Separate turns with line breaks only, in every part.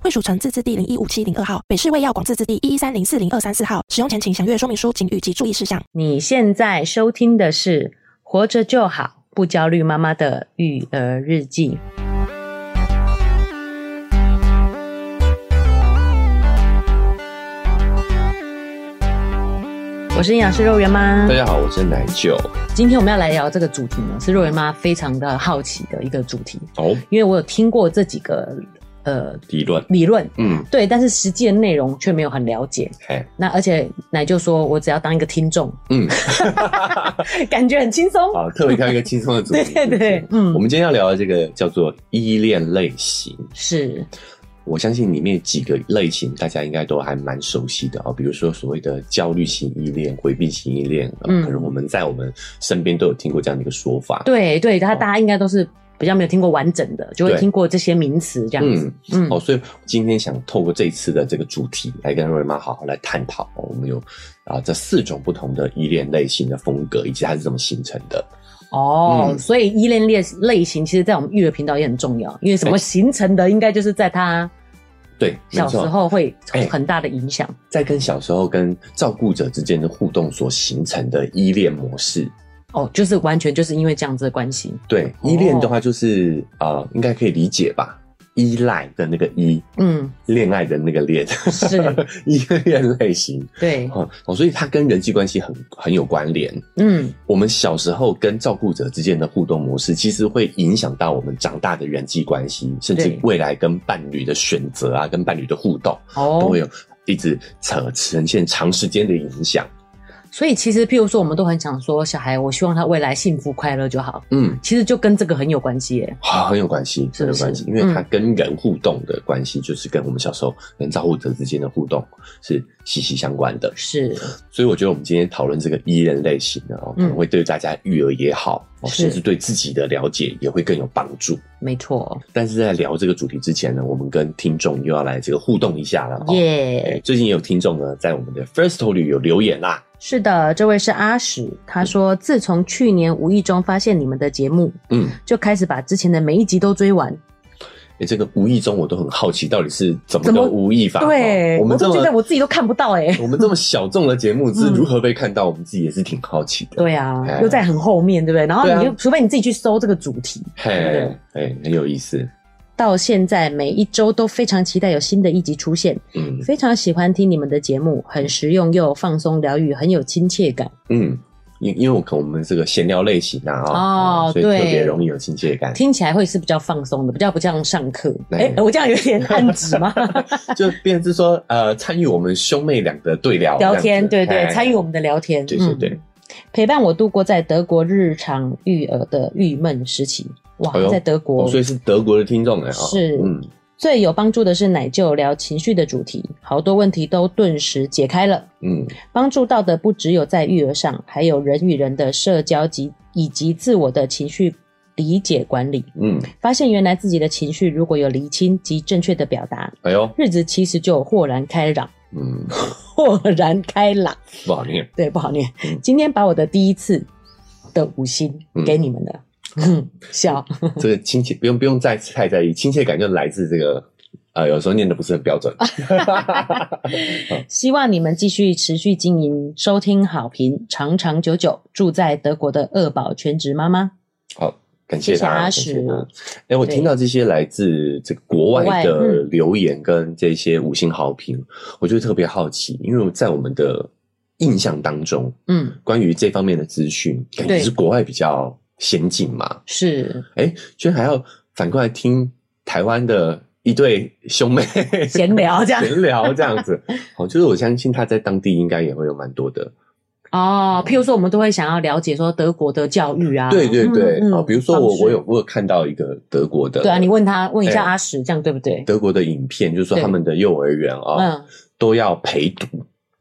惠蜀城自治地零一五七零二号，北市卫药广自治地一一三零四零二三四号。使用前请详阅说明书警语及注意事项。
你现在收听的是《活着就好，不焦虑妈妈的育儿日记》。我是营养师肉圆妈
大，家好，我是奶舅。
今天我们要来聊这个主题呢，是肉圆妈非常的好奇的一个主题，
哦，
因为我有听过这几个呃
理论，
理论，
嗯，
对，但是实际的内容却没有很了解。
嘿，
那而且奶就说，我只要当一个听众，
嗯，
感觉很轻松。
好，特别挑一个轻松的主题。
对对对
是不是
嗯
我们今天要聊的这个叫做依恋类型，
是，
我相信里面几个类型大家应该都还蛮熟悉的哦，比如说所谓的焦虑型依恋、回避型依恋，呃
嗯
可能我们在我们身边都有听过这样的一个说法。
对对，他
哦
大家应该都是比较没有听过完整的，就会
对
听过这些名词这样子。嗯，
哦，所以今天想透过这一次的这个主题来跟瑞妈好好来探讨、哦，我们有啊这四种不同的依恋类型的风格，以及它是怎么形成的。
哦，
嗯
所以依恋类类型其实，在我们育儿频道也很重要，因为怎么
哎
形成的，应该就是在他
对，没
小时
错
候会
哎
很大的影响。
在跟小时候跟照顾者之间的互动所形成的依恋模式。
哦，就是完全就是因为这样子的关系。
对，
哦
依恋的话就是、呃，应该可以理解吧？依赖的那个依，
嗯，
恋爱的那个恋，
是
依恋类型
对，
哦哦，所以它跟人际关系很很有关联。
嗯，
我们小时候跟照顾者之间的互动模式，其实会影响到我们长大的人际关系，甚至
对
未来跟伴侣的选择啊，跟伴侣的互动，都
哦
会，有一直呈呈现长时间的影响。
所以其实譬如说，我们都很想说，小孩，我希望他未来幸福快乐就好，
嗯，
其实就跟这个很有关系耶。
啊，很有关系，
是
很
不是嗯
有关系，因为它跟人互动的关系，就是跟我们小时候跟照顾者之间的互动是息息相关的。
是，
所以我觉得我们今天讨论这个依人类型呢，哦，可
嗯
能会对大家育儿也好，哦
是
甚至对自己的了解也会更有帮助。
没错，
但是在聊这个主题之前呢，我们跟听众又要来这个互动一下了。哦哎
耶、
最近也有听众呢，在我们的 First Story 有留言啦，
是的，这位是阿史，他说，自从去年无意中发现你们的节目，
嗯，
就开始把之前的每一集都追完。
哎、这个无意中我都很好奇，到底是怎么
怎
个
么
无意法？
对，
哦我
我
们这
都
么
觉得我自己都看不到 哎、
我们这么小众的节目是如何被看到，我们自己也是挺好奇的。
嗯对啊
哎，
又在很后面，对不对？然后
对啊
你就、除非你自己去搜这个主题，
嘿
对不对？，
哎，很有意思。
到现在每一周都非常期待有新的一集出现，
嗯
非常喜欢听你们的节目，很实用又放松疗愈，很有亲切 感。
嗯，因因为我可能我们这个闲聊类型啊，
哦
所以特别
对
容易有 亲切感。
听起来会是比较放松的，比较不像上课。
对
哎、我这样有点暗指 吗？
就变成是说，呃，参与我们兄妹俩的对聊
聊天，对
这样子
对，
哎
参与我们的聊天，
对对
嗯
对，
陪伴我度过在德国日常育儿的郁闷时期。哇，
哎呦
在德国，
哦所以是德国的听众哎，哦
是
嗯，
最有帮助的是奶舅聊情绪的主题，好多问题都顿时解开了。
嗯，
帮助到的不只有在育儿上，还有人与人的社交及以及自我的情绪理解管理。
嗯，
发现原来自己的情绪如果有厘清及正确的表达，
哎呦，
日子其实就豁然开朗，
嗯，
豁然开朗。
不好念，
对，不好念
嗯。
今天把我的第一次的五星
嗯
给你们 了， 哼笑。
这个亲切 不用不用再太在意，亲切感就来自这个，呃，有时候念的不是 很标准。
希望你们继续持续经营，收听好评，长长久久。住在德国的二宝全职妈妈，
好，感谢他，
谢谢
感谢
阿
他。哎，我
对
听到这些来自这个国外
国外
的
嗯
留言跟这些五星好评，我就特别好奇，因为在我们的印象当中，
嗯，
关于这方面的资讯，感觉
对
是国外比较先进嘛。
是
哎，居然还要反过来听台湾的一对兄妹
闲聊这样
闲聊这样子。好，就是我相信他在当地应该也会有蛮多的。
哦，譬如说，我们都会想要了解说德国的教育啊，
对对对，
嗯嗯
啊，比如说我
方式
我有我有看到一个德国的，
对啊，你问他问一下
哎
阿史，这样对不对？
德国的影片，就是说
对
他们的幼儿园啊
嗯，
都要陪读，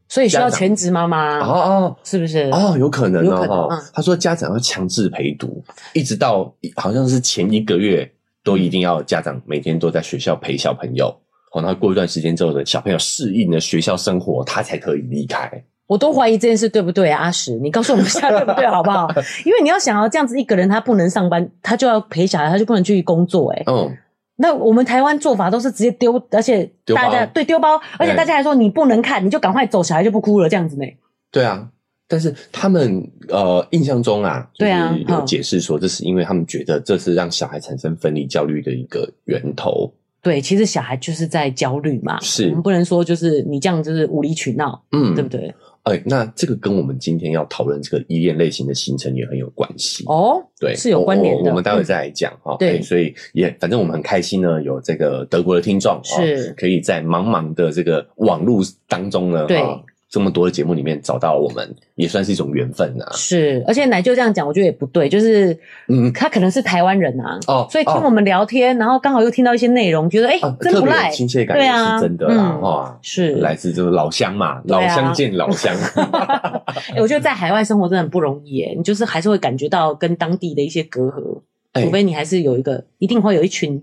所以需要
家长
全职妈妈，
哦哦
是不是？
哦，有可能
有可能
哦，
嗯
哈，他说家长要强制陪读，一直到好像是前一个月都一定要家长每天都在学校陪小朋友。哦，然后过一段时间之后呢，小朋友适应了学校生活，他才可以离开。
我都怀疑这件事对不对啊，阿史，你告诉我们一下对不对好不 好？因为你要想要这样子一个人，他不能上班，他就要陪小孩，他就不能去工作、哎、
嗯，
那我们台湾做法都是直接丢，而且
丢包
大家对丢包，而且
哎
大家还说你不能看，你就赶快走，小孩就不哭了这样子呢。
对啊，但是他们呃印象中啊，就
对啊
是有
嗯
解释说，这是因为他们觉得这是让小孩产生分离焦虑的一个源头。
对，其实小孩就是在焦虑嘛，
是
我们不能说就是你这样就是无理取闹，
嗯，
对不对？
哎，那这个跟我们今天要讨论这个依恋类型的形成也很有关系。
哦，
对，
是有关联
我
的。
我我们待
嗯
会再来讲哈。
对
哎所以也反正我们很开心呢，有这个德国的听众哦
是
可以在茫茫的这个网络当中呢，
对
哦这么多的节目里面找到我们，也算是一种缘分啊。
是，而且奶就这样讲，我觉得也不对，就是
嗯，
他可能是台湾人啊，
哦
所以听
哦
我们聊天，然后刚好又听到一些内容，觉得哎、
啊，
真
特
不
别
赖
有，亲切感
对
也
啊
是真的啦，
嗯
哈。
是
来自就是老乡嘛，
对
老
啊
乡见老乡。
哎我觉得在海外生活真的很不容易耶，你就是还是会感觉到跟当地的一些隔阂，
哎
除非你还是有一个，一定会有一群，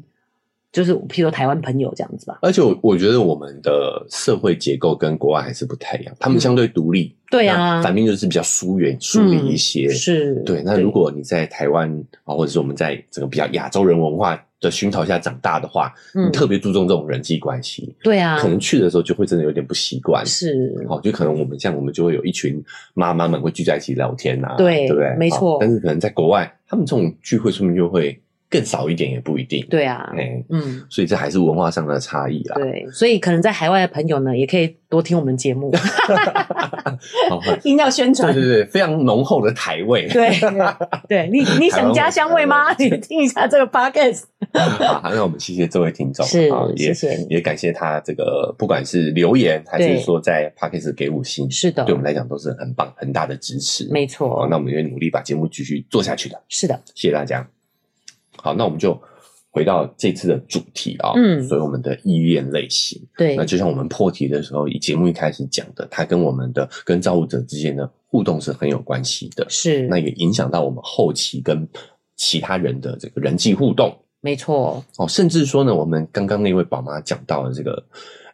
就是譬如说台湾朋友这样子吧。
而且我我觉得我们的社会结构跟国外还是不太一样，他们相对独立，
嗯对啊嗯
那，反面就是比较疏远、疏离一些。
是，
对，那如果你在台湾啊，或者是我们在这个比较亚洲人文化的熏陶下长大的话，
嗯
你特别注重这种人际关系，
对啊
可，能去的时候就会真的有点不习惯。
是
哦，就可能我们像我们就会有一群妈妈们会聚在一起聊天呐、
对
对不对？
没错
哦但是可能在国外，他们这种聚会说不定就会更少一点，也不一定。
对啊，
哎，啊
嗯。
所以这还是文化上的差异啦。
对，所以可能在海外的朋友呢，也可以多听我们节目，
好，
硬要宣
哦对
传。
对对，非常浓厚的台味。
对对，你你想家乡味吗？你听一下这个 podcast。
好，那我们谢谢这位听众，
是
啊也
谢谢
也感谢他这个不管是留言还
对
是说在 p a c k a g e 给五星，
是的
对我们来讲都是很棒很大的支持。
没
好，
错
那，我们也努力把节目继续做下去的，
是的，
谢谢大家。好，那我们就回到这次的主题啊、
嗯
所以我们的依恋类型，
对
那，就像我们破题的时候，以节目一开始讲的，它跟我们的跟造物者之间的互动是很有关系的，
是
那也影响到我们后期跟其他人的这个人际互动。
没错，
哦，甚至说呢，我们刚刚那位宝妈讲到的这个，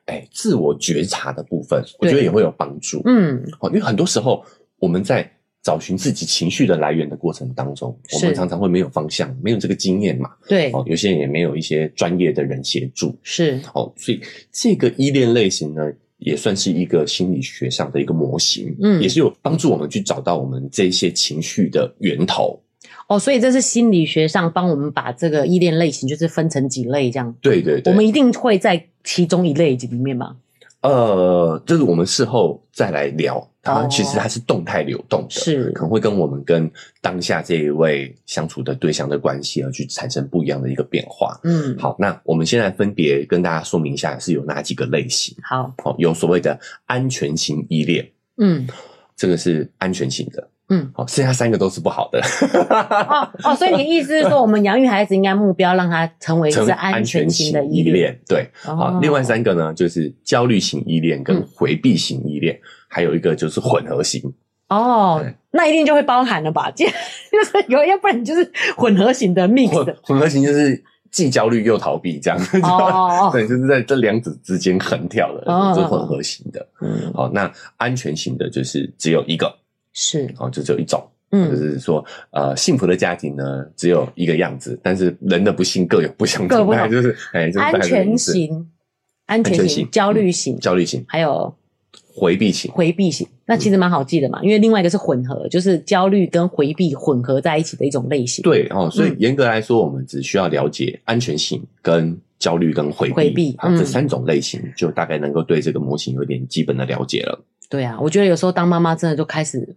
哎，自我觉察的部分，我
对
觉得也会有帮助。
嗯，
哦，因为很多时候我们在找寻自己情绪的来源的过程当中，我
是
们常常会没有方向，没有这个经验嘛。
对，
哦，有些人也没有一些专业的人协助。
是
哦，所以这个依恋类型呢，也算是一个心理学上的一个模型，
嗯
也是有帮助我们去找到我们这些情绪的源头。
哦，所以这是心理学上帮我们把这个依恋类型就是分成几类这样，
对对对，
我们一定会在其中一类里面嘛？
呃，就是我们事后再来聊，它
哦
其实它是动态流动的，
是
可能会跟我们跟当下这一位相处的对象的关系而去产生不一样的一个变化。
嗯，
好，那我们现在分别跟大家说明一下是有哪几个类型。
好，
哦，有所谓的安全型依恋，
嗯，
这个是安全型的。
嗯，
好，剩下三个都是不好的。
哦哦，所以你的意思是 说，我们养育孩子应该目标让他成为
成
是
为
安全
全
型的
依
依恋，
恋，对，
哦
好，另外三个呢就是焦虑型依恋跟
嗯
回避型依恋，还有一个就是混合型，
哦
对，
那一定就会包含了吧？这 就是有，要不然你就是混合型的 mix
混混合型就是既焦虑又逃避这样，
哦哦哦，
对，就是在这两者之间横跳的，
哦
就是混合型的。
嗯，
好，那安全型的就是只有一个，
是，
哦，就只有一种，就
嗯，
是说，呃，幸福的家庭呢只有一个样子，但是人的不幸各有不相
各有
同，
不
大概
同
就是哎，就是大概
安
这个意
全
思
型、安
安
全
全
型、
型嗯
焦虑型、
焦虑型、
还有
回避型，
回避型，
嗯
那其实蛮好记的嘛，因为另外一个是混合，就是焦虑跟回避混合在一起的一种类型。，
对哦，所以
嗯
严格来说，我们只需要了解安全型跟。焦虑跟回避，
回避
啊，这
嗯
三种类型就大概能够对这个模型有点基本的了解了。
对啊，我觉得有时候当妈妈
哎
真的就开始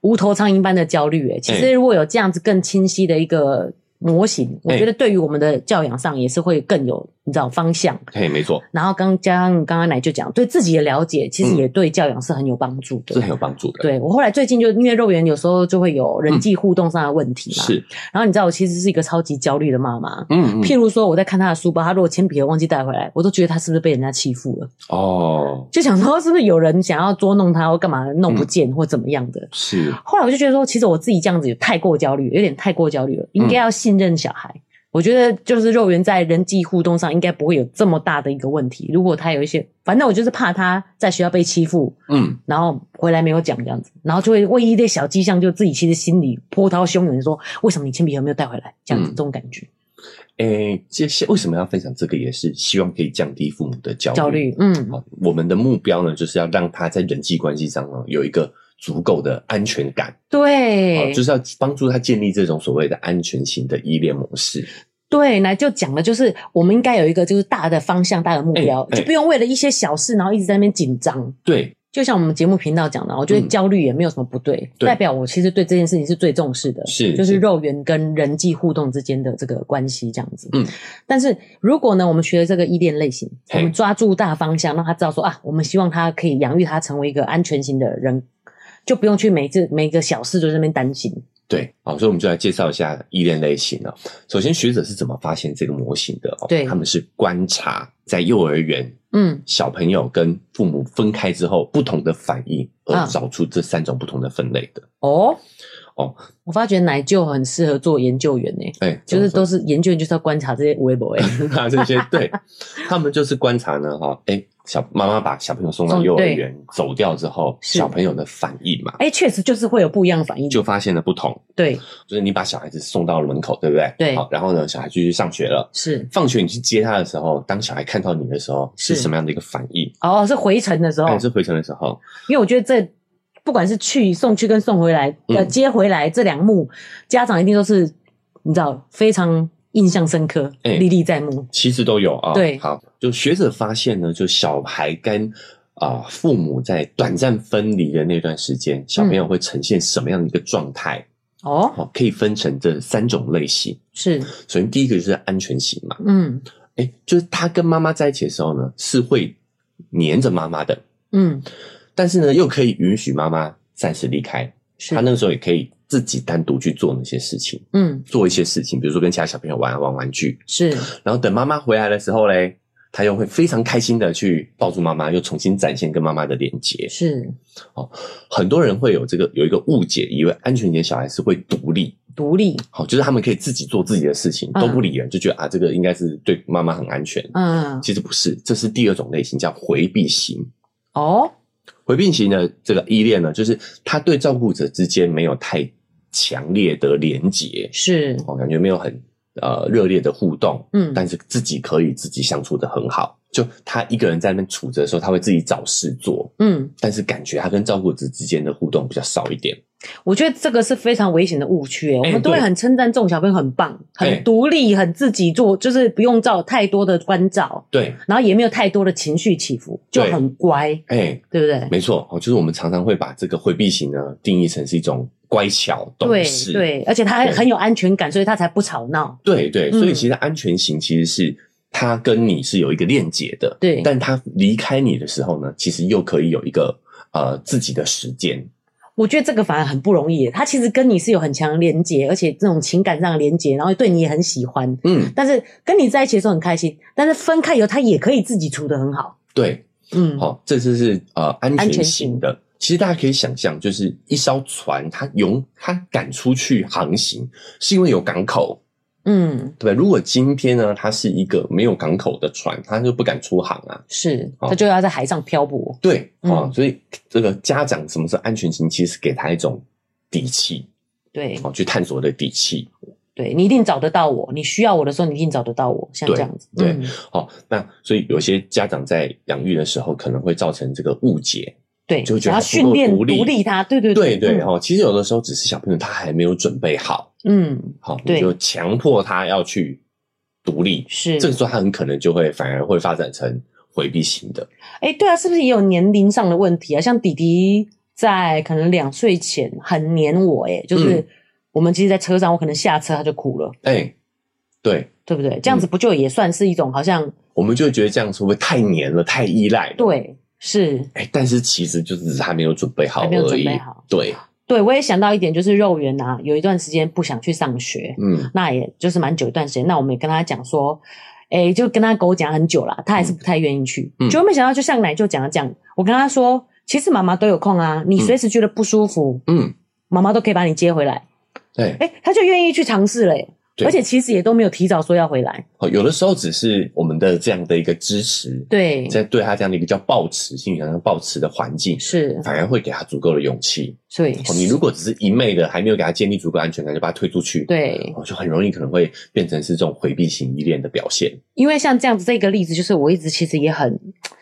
无头苍蝇般的焦虑、欸。其实如果有这样子更清晰的一个模型，我
哎
觉得对于我们的教养上也是会更有你知道方向。
嘿，没错，
然后刚加上刚刚奶就讲，对自己的了解，其实
嗯
也对教养是很有帮助的。
这很有帮助的。，
对我后来最近就因为肉圆有时候就会有人际互动上的问题嘛，
嗯是，
然后你知道我其实是一个超级焦虑的妈妈，
嗯，嗯
譬如说我在看她的书包，她如果铅笔盒忘记带回来，我都觉得她是不是被人家欺负了，
哦，
就想说是不是有人想要捉弄她或干嘛弄
嗯
不见或怎么样的。
是，
后来我就觉得说，其实我自己这样子也太过焦虑，有点太过焦虑了，
嗯
应该要信任小孩。我觉得就是肉圆在人际互动上应该不会有这么大的一个问题。如果他有一些，反正我就是怕他在学校被欺负，
嗯，
然后回来没有讲这样子，然后就会为一些小迹象，就自己其实心里波涛汹涌，就说为什么你铅笔盒没有带回来？这样子、
嗯
这种感觉，
诶，这些为什么要分享这个？也是希望可以降低父母的焦虑。
焦虑，嗯，
好，我们的目标呢，就是要让他在人际关系上呢有一个足够的安全感，
对，
哦，就是要帮助他建立这种所谓的安全型的依恋模式。
对，那就讲了，就是我们应该有一个就是大的方向、大的目标，
哎哎
就不用为了一些小事，然后一直在那边紧张。
对，
就像我们节目频道讲的，我觉得
嗯
焦虑也没有什么不对，
对
代表我其实对这件事情是最重视的，
是
就是是肉圆跟人际互动之间的这个关系这样子。
嗯，
但是如果呢，我们学了这个依恋类型，
嘿
我们抓住大方向，让他知道说啊，我们希望他可以养育他成为一个安全型的人，就不用去每次每一个小事都在那边担心。
对，好，所以我们就来介绍一下依恋类型啊。首先，学者是怎么发现这个模型的？哦，
对
他们是观察在幼儿园
嗯，
小朋友跟父母分开之后不同的反应，而
啊
找出这三种不同的分类的。
哦，
哦，
我发觉奶舅很适合做研究员呢、
哎、
就是
怎
都
么
是研究员就是要观察这些微博 哎，
说他这些，对他们就是观察呢，哈、哎、小妈妈把小朋友送到
送
幼儿
对
园走掉之后，
是
小朋友的反应嘛，
哎，确实就是会有不一样的反应，
就发现了不同。
对，
就是你把小孩子送到门口，对不对？
对
好，然后呢，小孩继续上学了。
是
放学你去接他的时候，当小孩看到你的时候，是
是
什么样的一个反应？
哦，是回程的时候
哎，，是回程的时候，
因为我觉得这不管是去送去跟送回来，呃，
嗯
接回来这两幕，家长一定都是你知道非常印象深刻，
哎
历历在目，
其实都有啊。
对
好，就学者发现呢，就小孩跟啊、父母在短暂分离的那段时间，小朋友
嗯
会呈现什么样的一个状态？
哦，
哦，可以分成这三种类型。
是，
首先，第一个就是安全型嘛，
嗯
哎，就是他跟妈妈在一起的时候呢，是会黏着妈妈的，
嗯，
但是呢，又可以允许妈妈暂时离开。
是
他，那个时候也可以自己单独去做那些事情，
嗯
做一些事情，比如说跟其他小朋友玩玩玩具，
是，
然后等妈妈回来的时候嘞，他又会非常开心的去抱住妈妈，又重新展现跟妈妈的连接。
是
很多人会有这个有一个误解，以为安全节小孩是会独立，
独立，
好，就是他们可以自己做自己的事情，
嗯
都不理人，就觉得啊，这个应该是对妈妈很安全。
嗯
其实不是，这是第二种类型，叫回避型。
哦，
回避型的这个依恋呢，就是他对照顾者之间没有太强烈的连结，
是，
哦，感觉没有很呃热烈的互动，
嗯
但是自己可以自己相处的很好。就他一个人在那边处着的时候，他会自己找事做，
嗯，
但是感觉他跟照顾者之间的互动比较少一点。
我觉得这个是非常危险的误区、欸，我们都会
哎对
很称赞这种小朋友很棒，
哎
很独立，很自己做，就是不用照太多的关照，
对，
然后也没有太多的情绪起伏，就
对
很乖，
哎、
对不对？
没错，哦，就是我们常常会把这个回避型呢定义成是一种乖巧懂
对
事，
对，而且他还
对
很有安全感，所以他才不吵闹。
对对，所以
嗯
其实安全型其实是他跟你是有一个链接的，
对
但他离开你的时候呢，其实又可以有一个呃自己的时间，
我觉得这个反而很不容易欸耶，他其实跟你是有很强的连接，而且这种情感上的连接，然后对你也很喜欢。
嗯，
但是跟你在一起的时候很开心，但是分开以后他也可以自己处得很好。
对，
嗯，
好、这就是呃安
安
全
全
型
型
的。其实大家可以想象，就是一艘船，它永它赶出去航行，是因为有港口，
嗯，
对吧？如果今天呢，它是一个没有港口的船，它就不敢出航啊。
是，
好
他就要在海上漂泊。
对啊、
嗯
所以这个家长什么是安全型，其实给他一种底气
对
哦，去探索的底气。
对，你一定找得到我，你需要我的时候，你一定找得到我，像
对
这样子。
对
嗯
哦，那所以有些家长在养育的时候，可能会造成这个误解。
对，
就觉得
然后
他不
训
够
练
独
独
立
立他，对对
对对
嗯
哦，其实有的时候只是小朋友他还没有准备好，
嗯，
好、哦，你
对
就强迫他要去独立，
是
这个时候他很可能就会反而会发展成回避型的。
哎，对啊，是不是也有年龄上的问题啊？像弟弟在可能两岁前很黏我，哎，就是
嗯
我们其实，在车上我可能下车他就哭了，
哎、对，
对不对？这
嗯
样子不就也算是一种好像
我们就会觉得这样是不是太黏了，太依赖了？
对是
哎、但是其实就只是还没有准备好
还没有
而
准
已
备好。
对，
对，我也想到一点，就是肉圆啊，有一段时间不想去上学，
嗯，
那也就是蛮久一段时间。那我们也跟他讲说，诶，就跟他跟我讲很久啦，他还是不太愿意去。
嗯
结果没想到，就像奶就讲的这样，我跟他说，其实妈妈都有空啊，你随时觉得不舒服，
嗯，
妈妈都可以把你接回来。
对。
诶，他就愿意去尝试了、诶
对
而且其实也都没有提早说要回来。
哦，有的时候只是我们的这样的一个支持，
对，
在对他这样的一个叫抱持，心理上的抱持的环境，
是，
反而会给他足够的勇气。
所以
哦，你如果只是一昧的还没有给他建立足够安全感，就把他推出去，，
对，
哦，就很容易可能会变成是这种回避型依恋的表现。
因为像这样子这个例子，就是我一直其实也很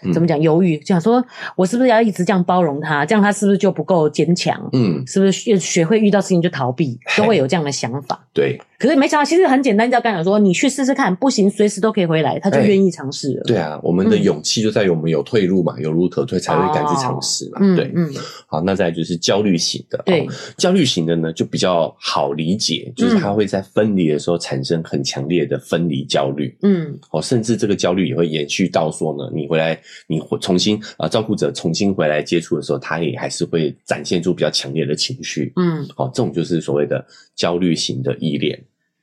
嗯
怎么讲犹豫，想说我是不是要一直这样包容他，这样他是不是就不够坚强？
嗯，
是不是学学会遇到事情就逃避，
嘿
都会有这样的想法？
对，
可是没想到，其实很简单，只要跟他讲说你去试试看，不行随时都可以回来，他就
哎
愿意尝试了。
对啊，我们的
嗯
勇气就在于我们有退路嘛，有路可退才会敢去尝试嘛。
嗯
对，
嗯，
好，那再来就是焦虑型的，
对嗯
哦，焦虑型的呢就比较好理解，就是他会在分离的时候产生很强烈的分离焦虑。
嗯
哦，甚至这个焦虑也会延续到说呢，你回来，你回重新呃，照顾者重新回来接触的时候，他也还是会展现出比较强烈的情绪。
嗯，
哦，这种就是所谓的焦虑型的依恋。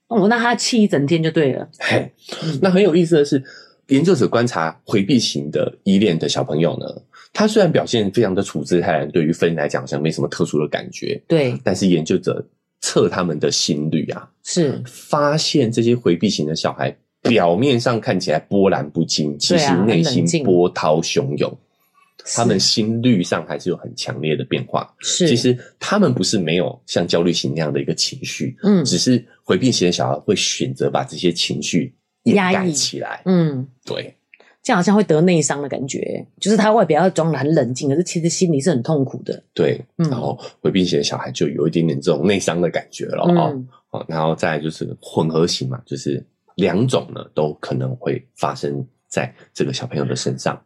我、哦那他气一整天就对了。
嘿
嗯，
那很有意思的是，研究者观察回避型的依恋的小朋友呢，他虽然表现非常的处之泰然，对于分离来讲好像没什么特殊的感觉，
对，
但是研究者测他们的心率啊，
是，
发现这些回避型的小孩，表面上看起来波澜不惊，其
对啊
实内
很冷静
心波涛汹涌。
是
他们心率上还是有很强烈的变化。
是，
其实他们不是没有像焦虑型那样的一个情绪，
嗯
只是回避型的小孩会选择把这些情绪掩
压抑
盖起来。
嗯，
对，
这样好像会得内伤的感觉，就是他外表要装的很冷静，可是其实心里是很痛苦的。
对，
嗯
然后回避型的小孩就有一点点这种内伤的感觉了哦。
嗯，
哦，然后再来就是混合型嘛，就是两种呢都可能会发生在这个小朋友的身上。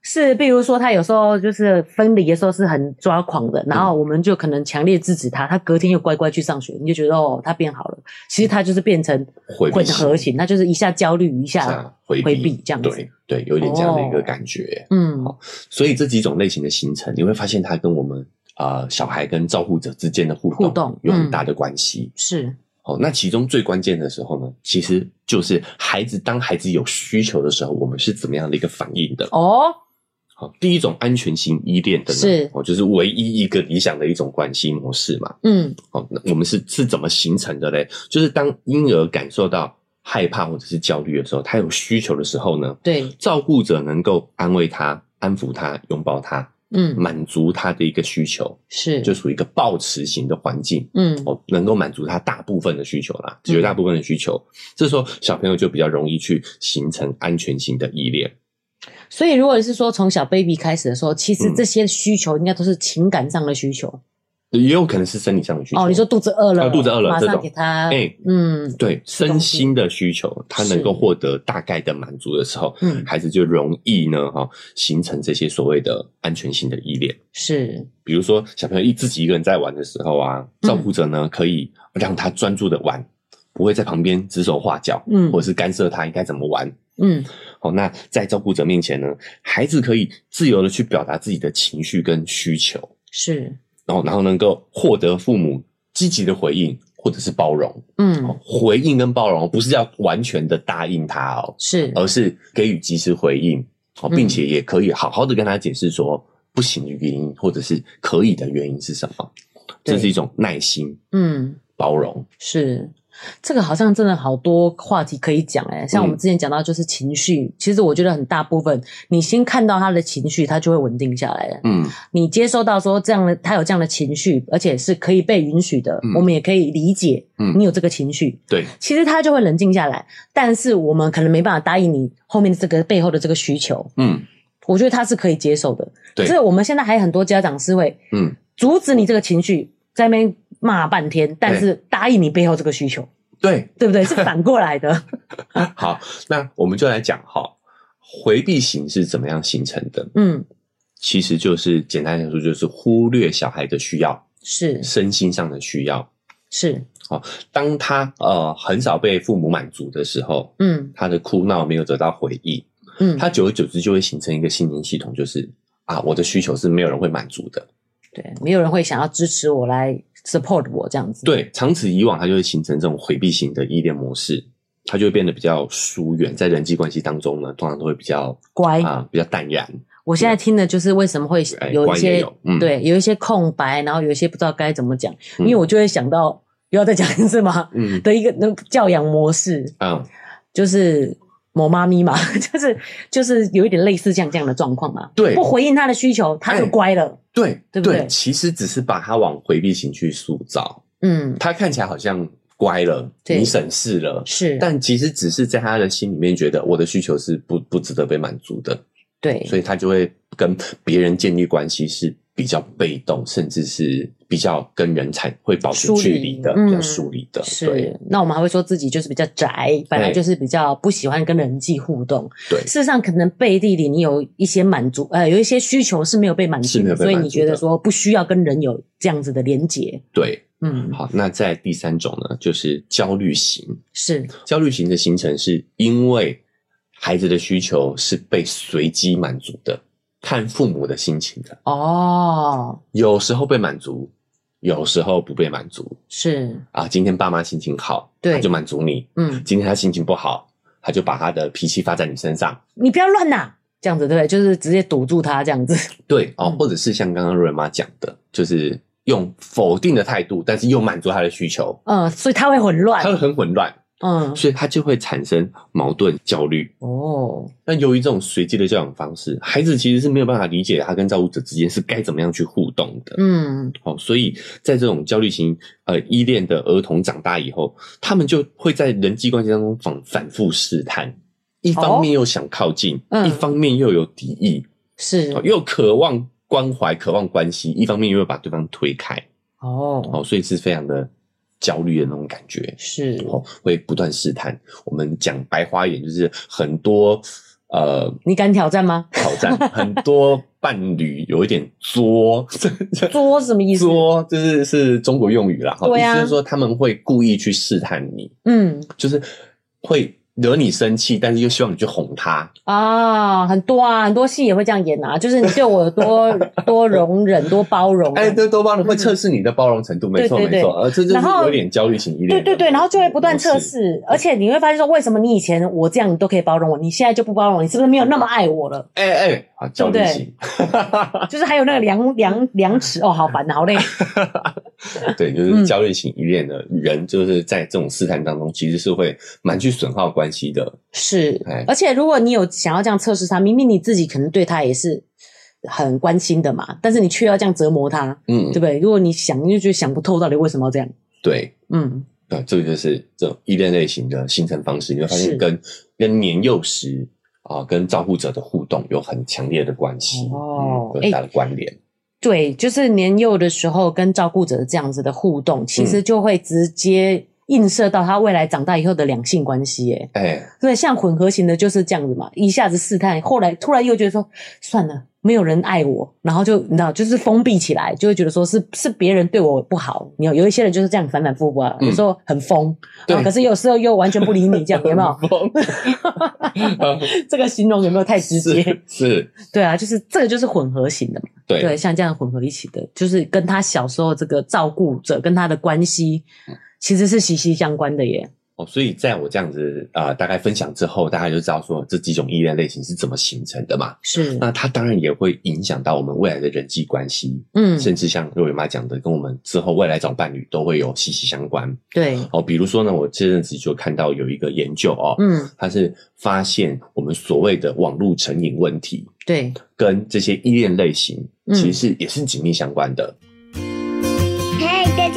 是，比如说他有时候就是分离的时候是很抓狂的，然后
嗯
我们就可能强烈制止他，他隔天又乖乖去上学，你就觉得哦，他变好了。其实他就是变成
回避
混
型
合型，他就是一下焦虑，一下
像回
啊回避这样子哦
对对，有一点这样的一个感觉。
嗯
所以这几种类型的形成，你会发现它跟我们啊、呃小孩跟照护者之间的互
互
动
动
有
嗯
很大的关系。
是
哦，那其中最关键的时候呢，其实就是孩子当孩子有需求的时候，我们是怎么样的一个反应的？
哦，
好、第一种安全型依恋的呢，
是
哦，就是唯一一个理想的一种关系模式嘛。
嗯
哦，那我们是是怎么形成的嘞？就是当婴儿感受到害怕或者是焦虑的时候，他有需求的时候呢，
对，
照顾者能够安慰他、安抚他、拥抱他，
嗯
满足他的一个需求，
是
就属于一个抱持型的环境。
嗯
哦，能够满足他大部分的需求啦，绝大部分的需求，这时候小朋友就比较容易去形成安全型的依恋。
所以如果是说从小 baby 开始的时候，其实
嗯
这些需求应该都是情感上的需求。
也有可能是生理上的需求。
哦，你说肚子饿了，
啊肚子饿了
马
这
上
种
给他，
哎
嗯
对身心的需求，他能够
是
获得大概的满足的时候，
嗯
孩子就容易呢哈、形成这些所谓的安全性的依恋。
是
比如说小朋友一自己一个人在玩的时候啊，
嗯
照顾者呢可以让他专注的玩，不会在旁边指手画脚，
嗯
或者是干涉他应该怎么玩。
嗯
哦，那在照顾者面前呢，孩子可以自由的去表达自己的情绪跟需求，
是
然后然后能够获得父母积极的回应或者是包容。
嗯
哦回应跟包容不是要完全的答应他哦，
是
而是给予及时回应哦，
嗯
并且也可以好好的跟他解释说不行的原因，或者是可以的原因是什么。
对
这是一种耐心
嗯。
包容，
是，这个好像真的好多话题可以讲哎、像我们
嗯
之前讲到就是情绪，其实我觉得很大部分，你先看到他的情绪，他就会稳定下来了。
嗯，
你接收到说这样的他有这样的情绪，而且是可以被允许的，
嗯
我们也可以理解
嗯
你有这个情绪，
对，
其实他就会冷静下来。但是我们可能没办法答应你后面这个背后的这个需求，
嗯
我觉得他是可以接受的。
对
所以我们现在还有很多家长是会
嗯，
阻止你这个情绪，在那边骂半天，但
对
是答应你背后这个需求。
对，
对不 对？是反过来的。
好，那我们就来讲哈，回避型是怎么样形成的？
嗯，
其实就是简单来说，就是忽略小孩的需要，
是
身心上的需要，
是，
哦，当他呃很少被父母满足的时候，
嗯
他的哭闹没有得到回应，
嗯，
他久而久之就会形成一个信念系统，就是啊，我的需求是没有人会满足的。
对，没有人会想要支持我来 support 我这样子。，
对，长此以往，他就会形成这种回避型的依恋模式，他就会变得比较疏远，在人际关系当中呢，通常都会比较
乖。
啊、比较淡然。
我现在听的就是为什么会
哎
有
乖
一
也
些
有嗯
对有一些空白，然后有一些不知道该怎么讲，因
嗯
为我就会想到又要再讲一次吗？
嗯
的一个那个教养模式，
嗯，
就是某妈咪嘛， 就是就是有一点类似这样这样的状况嘛。
对
不回应他的需求，他就
哎
乖了。
对
对不对
其实只是把他往回避型去塑造，
嗯，
他看起来好像乖了，
对
你省事了。
是，
但其实只是在他的心里面觉得我的需求是不不值得被满足的，
对，
所以他就会跟别人建立关系是比较被动，甚至是比较跟人才会保持
疏离
距离的，
嗯
比较疏离的。对
是，那我们还会说自己就是比较宅，本来
对
就是比较不喜欢跟人际互动。
对
事实上可能背地里你有一些满足，呃，有一些需求是没有被满足
是没
的，
有被
所以
满
你
足
觉得
的
说不需要跟人有这样子的连结。
对，
嗯，
好，那在第三种呢，就是焦虑型。
是，
焦虑型的形成是因为孩子的需求是被随机满足的，看父母的心情的，
哦，
有时候被满足，有时候不被满足
是，
啊。今天爸妈心情好，
对
他就满足你；
嗯，
今天他心情不好，他就把他的脾气发在你身上。
你不要乱呐，这样子对不对？就是直接堵住他这样子。
对哦，
嗯
或者是像刚刚瑞妈讲的，就是用否定的态度，但是又满足他的需求，
嗯，所以他会混乱
他。会很混乱，
嗯，
所以他就会产生矛盾、焦虑。
哦，
那由于这种随机的教养方式，孩子其实是没有办法理解他跟照顾者之间是该怎么样去互动的。
嗯，
哦，所以在这种焦虑型呃依恋的儿童长大以后，他们就会在人际关系当中反反复试探，一方面又想靠近，
哦嗯
一方面又有敌意，
是
哦，又渴望关怀、渴望关系，一方面又会把对方推开。
哦，
哦，所以是非常的焦虑的那种感觉。
是，
哦，会不断试探。我们讲白话一点，就是很多呃
你敢挑战吗？
挑 战，很多伴侣有一点作，
作什么意思？
作就是是中国用语啦。哈
对
意
啊
思是说他们会故意去试探你，
嗯
就是会惹你生气，但是又希望你去哄他。
啊，很多啊，很多戏也会这样演 啊，就是你对我有多多容忍、多包容，啊
哎，这多包容会测试你的包容程度，没错
对对
没错。呃，这就是
然后
有点焦虑型依恋
对
的。
对对，然后就会不断测
模式。
试，而且你会发现说，为什么你以前我这样你都可以包容我，你现在就不包容，你是不是没有那么爱我了？
哎哎，好焦
对
虑
不对
型，
就是还有那个量
嗯
量量尺，哦，好烦，好累，
对，就
嗯
是焦虑型依恋的人，就是在这种试探当中，其实是会蛮去损耗关系的。
是
哎，
而且如果你有想要这样测试他，明明你自己可能对他也是很关心的嘛，但是你却要这样折磨他，
嗯
对，不对？如果你想，你就觉得想不透到底为什么要这样，
对，
嗯，
对，这个就是这种依恋类型的形成方式，你会发
是
现跟跟年幼时啊，跟照顾者的互动有很强烈的关系，
哦
嗯，有很大的关联。
对，就是年幼的时候跟照顾者这样子的互动，其
嗯
实就会直接映射到他未来长大以后的两性关系。哎，
哎，
对，像混合型的就是这样子嘛，一下子试探，后来突然又觉得说算了，没有人爱我，然后就你知道，就是封闭起来，就会觉得说是是别人对我不好。你有有一些人就是这样反反复复啊，
嗯
有时候很疯，
对
啊可是有时候又完全不理你，这 样有没有？
风
这个形容有没有太直接
是？是，
对啊，就是这个就是混合型的嘛。
对
对，像这样混合一起的，就是跟他小时候这个照顾者跟他的关系，
嗯
其实是息息相关的耶。
哦，所以在我这样子啊、呃大概分享之后，大家就知道说这几种依恋类型是怎么形成的嘛。
是，
那它当然也会影响到我们未来的人际关系，
嗯，
甚至像瑞伟妈讲的，跟我们之后未来找伴侣都会有息息相关。
对，
哦，比如说呢，我这阵子就看到有一个研究哦，
嗯，
它是发现我们所谓的网络成瘾问题
对，
跟这些依恋类型
嗯
其实是也是紧密相关的。
嗨，大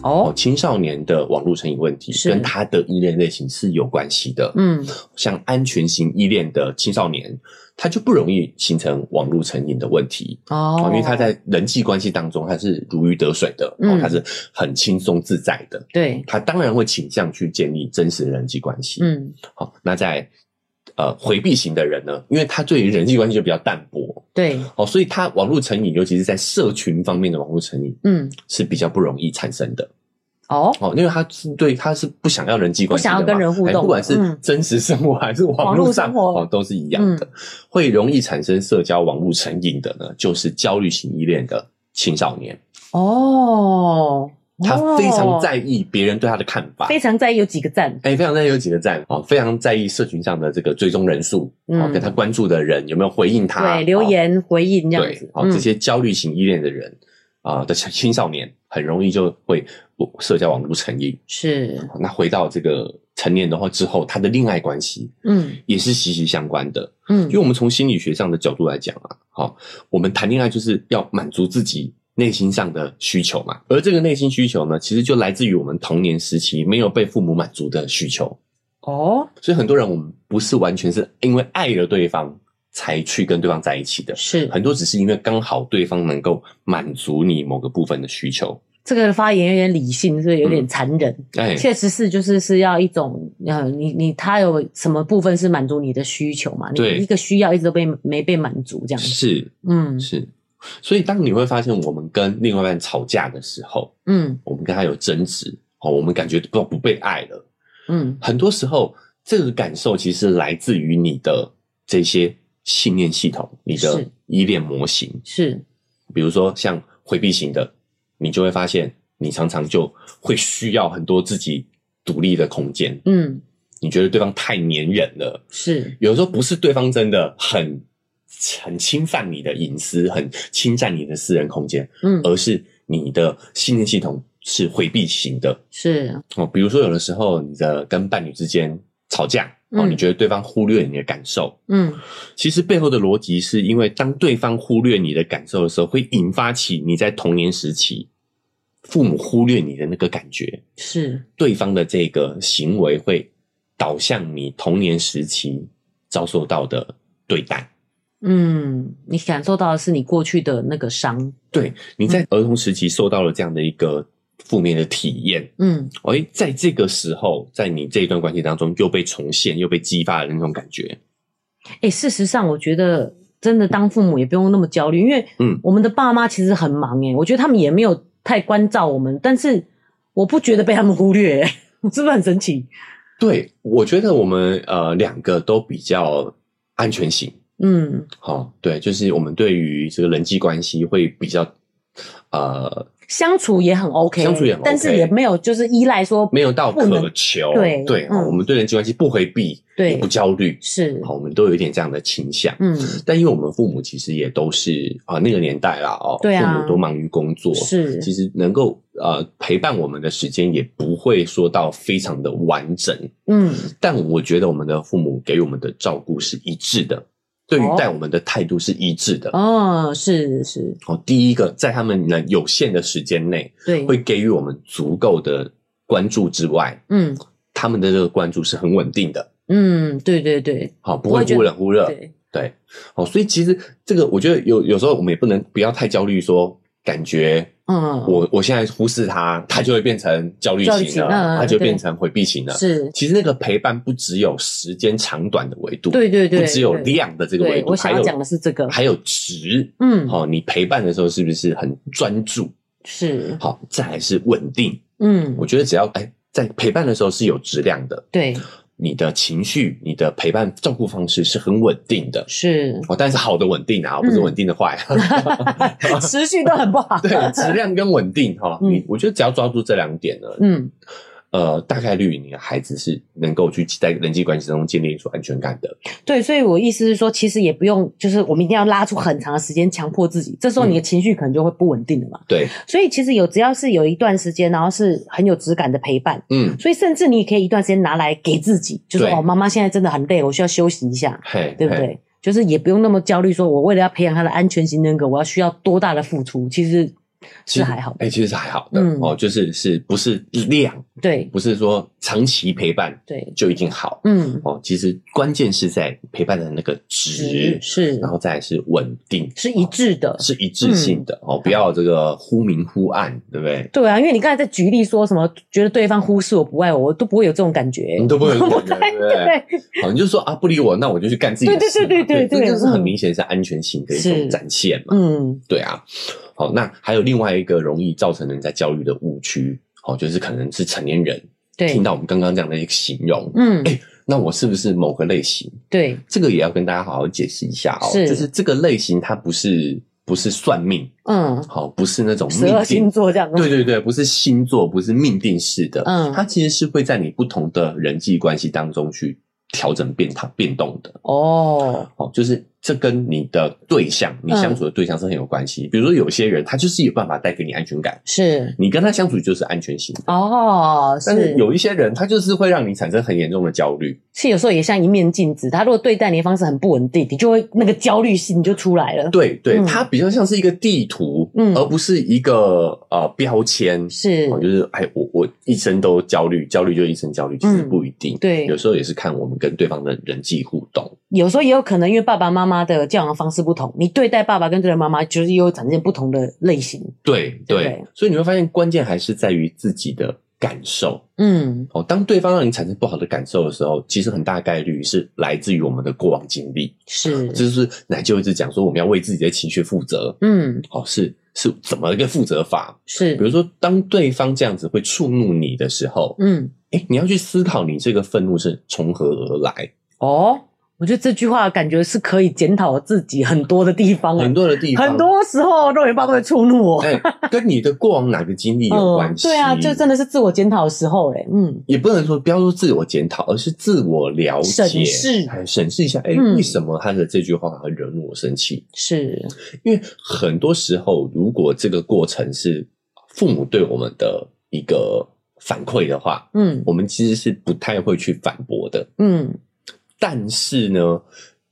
哦，
哦，
青少年的网络成瘾问题
是
跟他的依恋类型是有关系的。
嗯，
像安全型依恋的青少年，他就不容易形成网络成瘾的问题
哦
哦，因为他在人际关系当中他是如鱼得水的，
嗯
哦，他是很轻松自在的，
对，
他当然会倾向去建立真实的人际关系。
嗯，
好、那在呃回避型的人呢，因为他对于人际关系就比较淡薄，
对，
哦，所以他网络成瘾，尤其是在社群方面的网络成瘾
嗯，
是比较不容易产生的。
哦，
哦，因为他是对他是不想要人际关系的嘛，
不想要跟人互动
哎不管是
嗯
真实生活还是网
网络
络
生
上
活嗯
哦，都是一样的。会容易产生社交网络成瘾的呢，就是焦虑型依恋的青少年，
哦，
他非常
哦
在意别人对他的看法。
非常在意有几个赞，
哎，非常在意有几个赞哦，非常在意社群上的这个追踪人数，哦
嗯，
跟他关注的人有没有回应他，
对，留
哦
言回应这样
对
子，，嗯
哦，这些焦虑型依恋的人啊、的青青少年，很容易就会社交网络成瘾。
是，
那回到这个成年的话之后，他的恋爱关系
嗯
也是息息相关的。
嗯
因为我们从心理学上的角度来讲啊，好、我们谈恋爱就是要满足自己内心上的需求嘛，而这个内心需求呢，其实就来自于我们童年时期没有被父母满足的需求。
哦，
所以很多人我们不是完全是因为爱了对方才去跟对方在一起的，
是
很多只是因为刚好对方能够满足你某个部分的需求。
这个发言有点理性，所以有点残忍，
哎，
确实是，就是是要一种呃，你你他有什么部分是满足你的需求嘛？你
对
一个需要一直都被没被满足这样子。
是
嗯
是。所以当你会发现我们跟另外一半吵架的时候，
嗯
我们跟他有争执，哦，我们感觉不不被爱了。
嗯，
很多时候，这个感受其实来自于你的这些信念系统，你的
是
依恋模型。
是
比如说像回避型的，你就会发现你常常就会需要很多自己独立的空间。
嗯
你觉得对方太粘人了，
是
有时候不是对方真的很很侵犯你的隐私，很侵占你的私人空间，
嗯
而是你的信念系统是回避型的
是
哦。比如说，有的时候你的跟伴侣之间吵架哦，
嗯
你觉得对方忽略你的感受，
嗯
其实背后的逻辑是因为当对方忽略你的感受的时候，会引发起你在童年时期父母忽略你的那个感觉，
是
对方的这个行为会导向你童年时期遭受到的对待。
嗯，你感受到的是你过去的那个伤。
对，你在儿童时期受到了这样的一个负面的体验，
嗯
哎，在这个时候，在你这一段关系当中又被重现、又被激发的那种感觉。
哎、事实上，我觉得真的当父母也不用那么焦虑，因为
嗯
我们的爸妈其实很忙哎、我觉得他们也没有太关照我们，但是我不觉得被他们忽略、欸， 是不是很神奇？
对，我觉得我们呃两个都比较安全型。
嗯。
好、对，就是我们对于这个人际关系会比较，呃，
相处也很 OK，
相处也很 OK
但是也没有就是依赖说
没有到
不能
渴求，
对
对、
嗯
哦我们对人际关系不回避，
对
也不焦虑，
是
好、我们都有一点这样的倾向。
嗯
但因为我们父母其实也都是啊、那个年代啦，哦，
对啊
父母都忙于工作，
是
其实能够呃陪伴我们的时间也不会说到非常的完整，
嗯
但我觉得我们的父母给我们的照顾是一致的，对于
哦
待我们的态度是一致的。
哦是是，
哦，第一个，在他们能有限的时间内，
对，
会给予我们足够的关注之外，
嗯
他们的这个关注是很稳定的，
嗯对对对
好、不
不会
会
觉得
忽冷忽热，
对，
对，哦，所以其实这个我觉得有有时候我们也不能不要太焦虑说，感觉
嗯
我我现在忽视他，他就会变成焦虑
焦虑
型
型
了，
嗯
他就
对
变成回避型了。
是
其实那个陪伴不只有时间长短的维度，
对对对，
不只有
对
量的这个维
对
度，
我想
还
要
有
讲的是这个，
还有值。
嗯
哦，你陪伴的时候是不是很专注？
是
好，再来是稳定。
嗯
我觉得只要哎，在陪伴的时候是有质量的，
对
你的情绪、你的陪伴照顾方式是很稳定的。
是
哦，但是好的稳定啊，
嗯
不是稳定的坏。啊
持续都很不好，
对，质量跟稳定哈、
嗯
你我觉得只要抓住这两点呢，
嗯
呃，大概率你的孩子是能够去在人际关系中建立出安全感的。
对，所以我意思是说，其实也不用，就是我们一定要拉出很长的时间强迫自己，这时候
嗯
你的情绪可能就会不稳定了嘛。
对，
所以其实有只要是有一段时间，然后是很有质感的陪伴，
嗯，
所以甚至你也可以一段时间拿来给自己，就是
对
哦，妈妈现在真的很累，我需要休息一下，
嘿，
对不
嘿？
对？就是也不用那么焦虑，说我为了要培养他的安全型人格，我要需要多大的付出？其实
其实
还好的
哎、其实是还好的、
嗯
哦，就是是不是量，
对
不是说长期陪伴
对，
就一定好、
嗯，
哦。其实关键是在陪伴的那个值，
是
然后再来是稳定，哦
是一致嗯的，
是一致性的、哦，不要这个忽明忽暗，对不对？
对啊，因为你刚才在举例说什么，觉得对方忽视我不爱我，我都不会有这种感觉。
你都不会有这种感觉，对不对？
对，
好，你就说啊，不理我，那我就去干自己的
对对
事嘛。
对对对
这就是很
嗯
明显是安全性的一
是
种展现嘛。
嗯，
对啊，好，那还有另外一个容易造成人在焦虑的误区，好，就是可能是成年人
对，
听到我哎们刚刚这样的一个形容，
嗯，
那我是不是某个类型？
对，
这个也要跟大家好好解释一下哦，
是
就是这个类型它不是不是算命，
嗯，
好，不是那种
十
命
二星
定。
座这样，
对对对，不是星座，不是命定式的，
嗯
它其实是会在你不同的人际关系当中去调整变它变动的。
哦，
哦，就是这跟你的对象，你
嗯
相处的对象是很有关系。比如说，有些人他就是有办法带给你安全感，
是，
你跟他相处就是安全型的。
哦，
但是
是，
有一些人，他就是会让你产生很严重的焦虑。
是有时候也像一面镜子，他如果对待你的方式很不稳定，你就会那个焦虑心就出来了。
对对，
嗯
它比较像是一个地图，
嗯
而不是一个呃标签。
是，
哦，就是哎，我我一生都焦虑，焦虑就一生焦虑，其实
嗯
不一定。
对
有时候也是看我们跟对方的人际互动。
有时候也有可能因为爸爸妈妈的教养方式不同，你对待爸爸跟对待妈妈就是又产生不同的类型。
对
对
对，所以你会发现，关键还是在于自己的感受。
嗯，
哦，当对方让你产生不好的感受的时候，其实很大概率是来自于我们的过往经历。
是，
这就是奶舅一直讲说，我们要为自己的情绪负责。
嗯，
哦，是是怎么一个负责法？
是
比，如说，当对方这样子会触怒你的时候，
嗯，
哎、你要去思考你这个愤怒是从何而来。
哦，我觉得这句话感觉是可以检讨自己很多的地方啊，
很多的地方，
很多时候肉圆爸都会触怒我。
哎、跟你的过往哪个经历有关系、
对啊，这真的是自我检讨的时候哎、嗯，
也不能说不要说自我检讨，而是自我了解，
审视
哎审视一下，哎、
嗯
为什么他的这句话会惹怒我生气？
是，
因为很多时候，如果这个过程是父母对我们的一个反馈的话，
嗯
我们其实是不太会去反驳的。
嗯，
但是呢，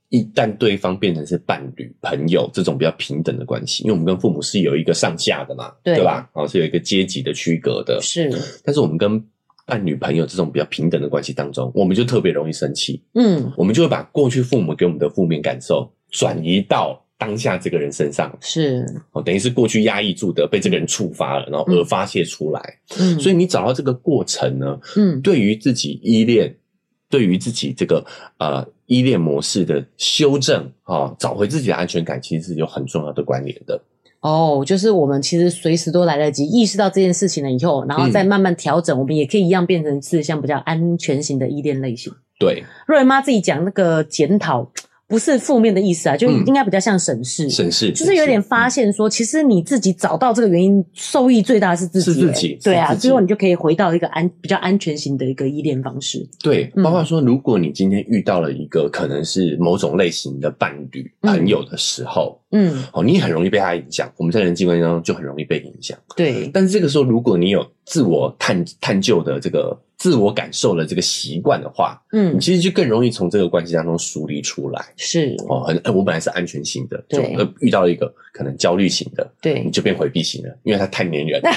一旦对方变成是伴侣、朋友这种比较平等的关系，因为我们跟父母是有一个上下的嘛，
对
吧？哦，是有一个阶级的区隔的。
嗯是，
但是我们跟伴侣、朋友这种比较平等的关系当中，我们就特别容易生气，
嗯
我们就会把过去父母给我们的负面感受转移到当下这个人身上。
是，
哦，等于是过去压抑住的被这个人触发了，然后而发泄出来。
嗯，
所
以
以你找到这个过程呢，
嗯
对于自己依恋，对于自己这个呃依恋模式的修正哦，找回自己的安全感，其实是有很重要的关联的。
哦，就是我们其实随时都来得及意识到这件事情了以后，
嗯
然后再慢慢调整，我们也可以一样变成是像比较安全型的依恋类型。
对，
若圆妈自己讲那个检讨，不是负面的意思啊，就
嗯
应该比较像审视。
审视
嗯就是有点发
现，
现说，其实你自己找到这个原因，受益最大的是自己、
是自己
欸对啊，
是自己
最后你就可以回到一个安比较安全型的一个依恋方式。
对，
嗯
包括说，如果你今天遇到了一个可能是某种类型的伴侣、
嗯
朋友的时候，
嗯，
哦，你很容易被他影响。我们在人际关系当中就很容易被影响。
对，
但是这个时候，如果你有自我探探究的这个呃自我感受的这个习惯的话，
嗯
你，其实就更容易从这个关系当中梳理出来。
是，
哦，很、哎我本来是安全型的，就
对
呃遇到了一个可能焦虑型的，你
对，
就变回避型了，因为他太粘人了，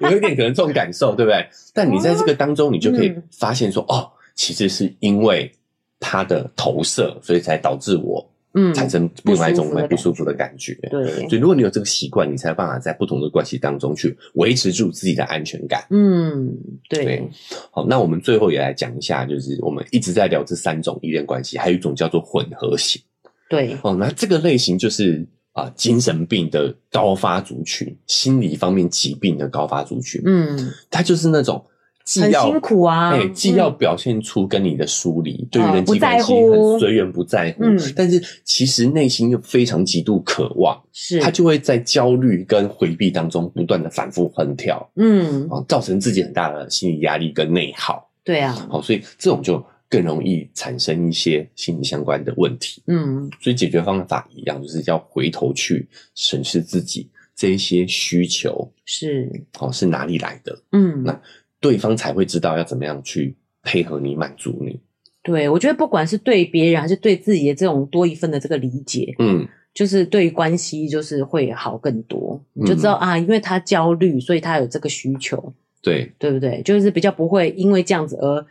有一点可能这种感受，对不对？但你在这个当中，你就可以
嗯
发现说，哦，其实是因为他的投射，所以才导致我
嗯，
产生另外一种蛮
不
不
舒
舒
服
服
的
的感觉。
对，
所以，如果你有这个习惯，你才有办法在不同的关系当中去维持住自己的安全感。
嗯，对
对，好，那我们最后也来讲一下，就是我们一直在聊这三种依恋关系，还有一种叫做混合型。
对，
哦，那这个类型就是啊、精神病的高发族群，心理方面疾病的高发族群。，
嗯，
他就是那种既
很
要
辛苦啊，
哎、既要
嗯
表现出跟你的疏离，对于
啊
人
不
际关
在
系
乎
很随缘不在乎，
嗯
但是其实内心又非常极度渴望，
是，
他就会在焦虑跟回避当中不断的反复横跳
嗯，
啊、哦造成自己很大的心理压力跟内耗。
对啊，
好、所以这种就更容易产生一些心理相关的问题。
嗯，
所以解决方法一样，就是要回头去审视自己这一些需求
是，
哦是哪里来的，
嗯，
那对方才会知道要怎么样去配合你、满足你。
对，我觉得不管是对别人还是对自己的这种多一份的这个理解，
嗯，
就是对于关系就是会好更多，你就知
嗯
道、啊，因为他焦虑，所以他有这个需求，
对，
对不对？就是比较不会因为这样子而，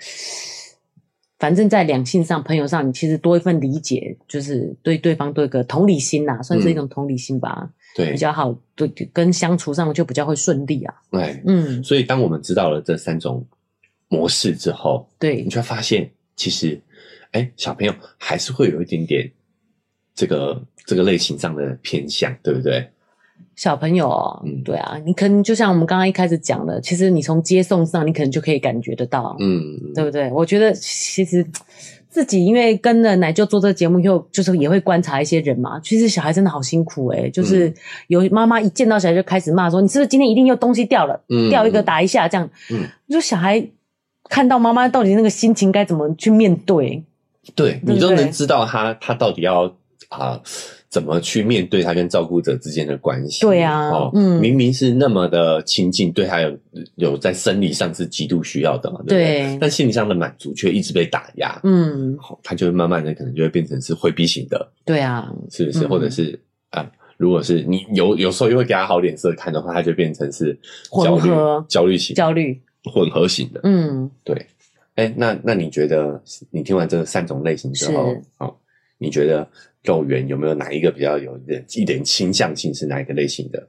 反正在两性上、朋友上，你其实多一份理解，就是对对方多一个同理心呐、算是一种同理心吧，
嗯对
比，较好，对跟相处上就比较会顺利啊。
哎，
嗯，
所以当我们知道了这三种模式之后，
对
你，就会发现，其实，哎，小朋友还是会有一点点这个这个类型上的偏向，对不对？
小朋友、哦，
嗯
对啊，你可能就像我们刚刚一开始讲的，其实你从接送上，你可能就可以感觉得到，
嗯，
对不对？我觉得其实自己因为跟了奶舅做这个节目以后，就是也会观察一些人嘛。其实小孩真的好辛苦诶、
嗯
就是有妈妈一见到小孩就开始骂说：“你是不是今天一定又东西掉了？
嗯
掉一个打一下这样。”
嗯
你说小孩看到妈妈到底那个心情该怎么去面对？
对
对
你
不
都
对
能知道他他到底要啊、怎么去面对他跟照顾者之间的关系。
对啊
哦，
嗯
明明是那么的亲近，对他有有在生理上是极度需要的嘛，对不
对
但心理上的满足却一直被打压，
嗯，
好、他就会慢慢的可能就会变成是回避型的，
对啊，
是不是？
嗯
或者是啊、如果是你有有时候又会给他好脸色看的话，他就变成是焦
混合
虑焦虑型、
焦虑，
混合型的。
嗯，
对，哎，那那你觉得你听完这三种类型之后
是，
哦，你觉得肉圆有没有哪一个比较有一点一点倾向性是哪一个类 型的？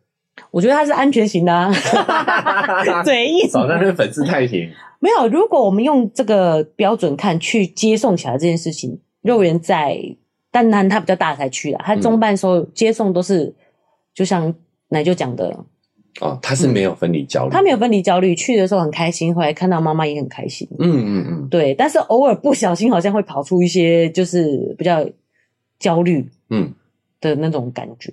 我觉得他是安全型的、啊，嘴硬。
少在那边粉丝太平，
没有，如果我们用这个标准看去接送小孩这件事情，幼儿园在但南它比较大才去啦，它
嗯
中办时候接送都是、就像奶就讲的，
哦，他是没有分离焦虑，
他没有分离焦虑，去的时候很开心，回来看到妈妈也很开心，
嗯嗯嗯
对，但是偶尔不小心好像会跑出一些就是比较焦虑
嗯，
的那种感觉，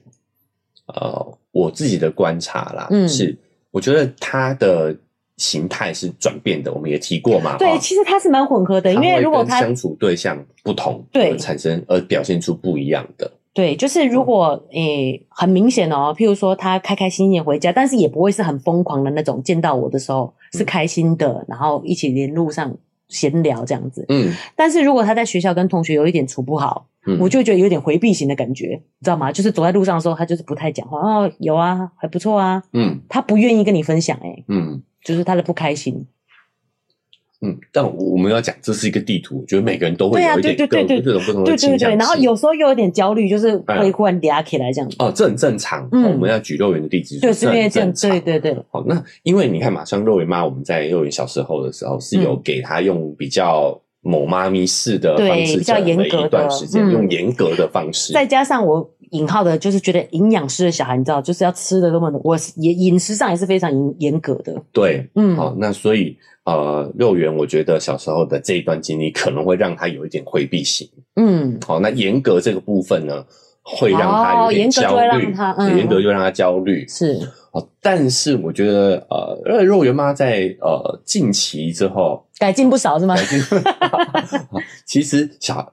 呃，我自己的观察啦，
嗯
是我觉得他的形态是转变的，我们也提过嘛，
对，
哦
其实它是蛮混合的，因
它
为
会
如果
跟
它
相处对象不同，
对
而产生而表现出不一样的，
对，就是
嗯
如果诶、很明显哦，譬如说他开开心心回家，但是也不会是很疯狂的那种，见到我的时候
嗯
是开心的，然后一起连路上闲聊这样子。
嗯
但是如果他在学校跟同学有一点处不好，
嗯，
我就会觉得有点回避型的感觉，你知道吗？就是走在路上的时候，他就是不太讲话，哦，有啊，还不错啊，
嗯
他不愿意跟你分享、欸，
嗯。
就是他的不开心。
嗯，但我我们要讲这是一个地图，我觉得每个人都会
对啊
有一点
对
各
对对
各种不同
对对
的倾向
对，
性
然后有时候又有点焦虑，就是会忽然嗲起来这样子。
哦，这很正常。
嗯
哦我们要举肉圆的例子，
对，
就是
因为这样，
正常。
对对对，
好，那因为你看嘛，像肉圆妈，我们在肉圆小时候的时候是有给她用比较某妈咪式的
嗯对
方式
比较
整了
严格的
一段时间，
嗯
用严格的方式。
再加上我引号的，就是觉得营养师的小孩，你知道，就是要吃的那么，我也饮食上也是非常严严格的。
对，
嗯，
好，那所以呃，肉圆我觉得小时候的这一段经历可能会让她有一点回避型。
嗯，
好，那严格这个部分呢，会让她有
哦
点
严格就
焦
会让
虑
她，嗯
严格就让她焦虑。
是，
哦，但是我觉得，呃，因为肉圆妈在呃近期之后，
改进不少是吗？
其实小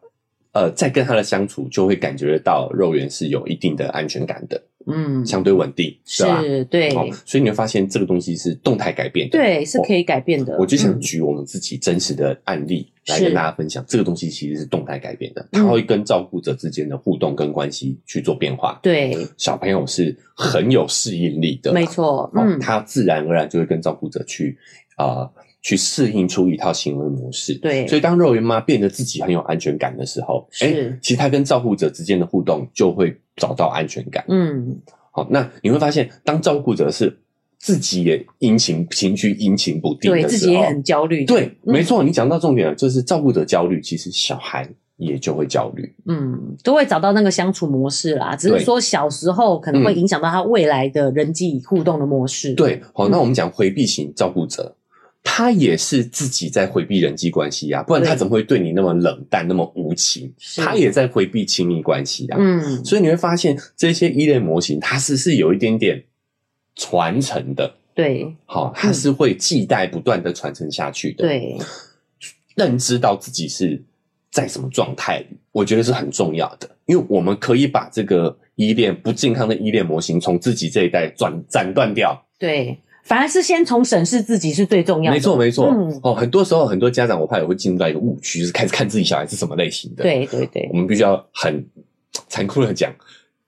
呃在跟她的相处，就会感觉得到肉圆是有一定的安全感的，
嗯，
相对稳定，对吧？
是，对，
哦，所以你会发现这个东西是动态改变的，
对，是可以改变的。
我就想
嗯
举我们自己真实的案例来
是嗯
跟大家分享，这个东西其实是动态改变的，它会跟照顾者之间的互动跟关系去做变化。
对，
小朋友是很有适应力的啦，
没错，
嗯，
嗯，
他自然而然就会跟照顾者去啊、呃去适应出一套行为模式。
对
所以当肉圆妈变得自己很有安全感的时候，
是
哎、其实他跟照顾者之间的互动就会找到安全感。
嗯，
好，那你会发现，当照顾者是自己也阴晴情绪阴晴不定
对
的
自己
时候
也，很嗯焦虑。
对，没
错，
错，你讲到重点了，就是照顾者焦虑，其实小孩也就会焦虑。
嗯，都会找到那个相处模式啦。只是
对嗯
说小时候可能会影响到他未来的人际互动的模式。，
对，好，
嗯
那我们讲回避型照顾者，他也是自己在回避人际关系啊，不然他
对
怎么会对你那么冷淡、那么无情？
是
他也在回避亲密关系啊。
嗯，
所以你会发现，这些依恋模型它是是有一点点传承的，
对
好、它是会系带不断的传承下去
嗯
的。，
对，
认知到自己是在什么状态里，我觉得是很重要的，因为我们可以把这个依恋不健康的依恋模型从自己这一代转斩断掉。
对，反而是先从审视自己是最重要的。
没错，没错。
嗯
哦，很多时候很多家长，我怕也会进入到一个误区，就是开始看自己小孩是什么类型的。，
对对对
我，们必须要很残酷的讲，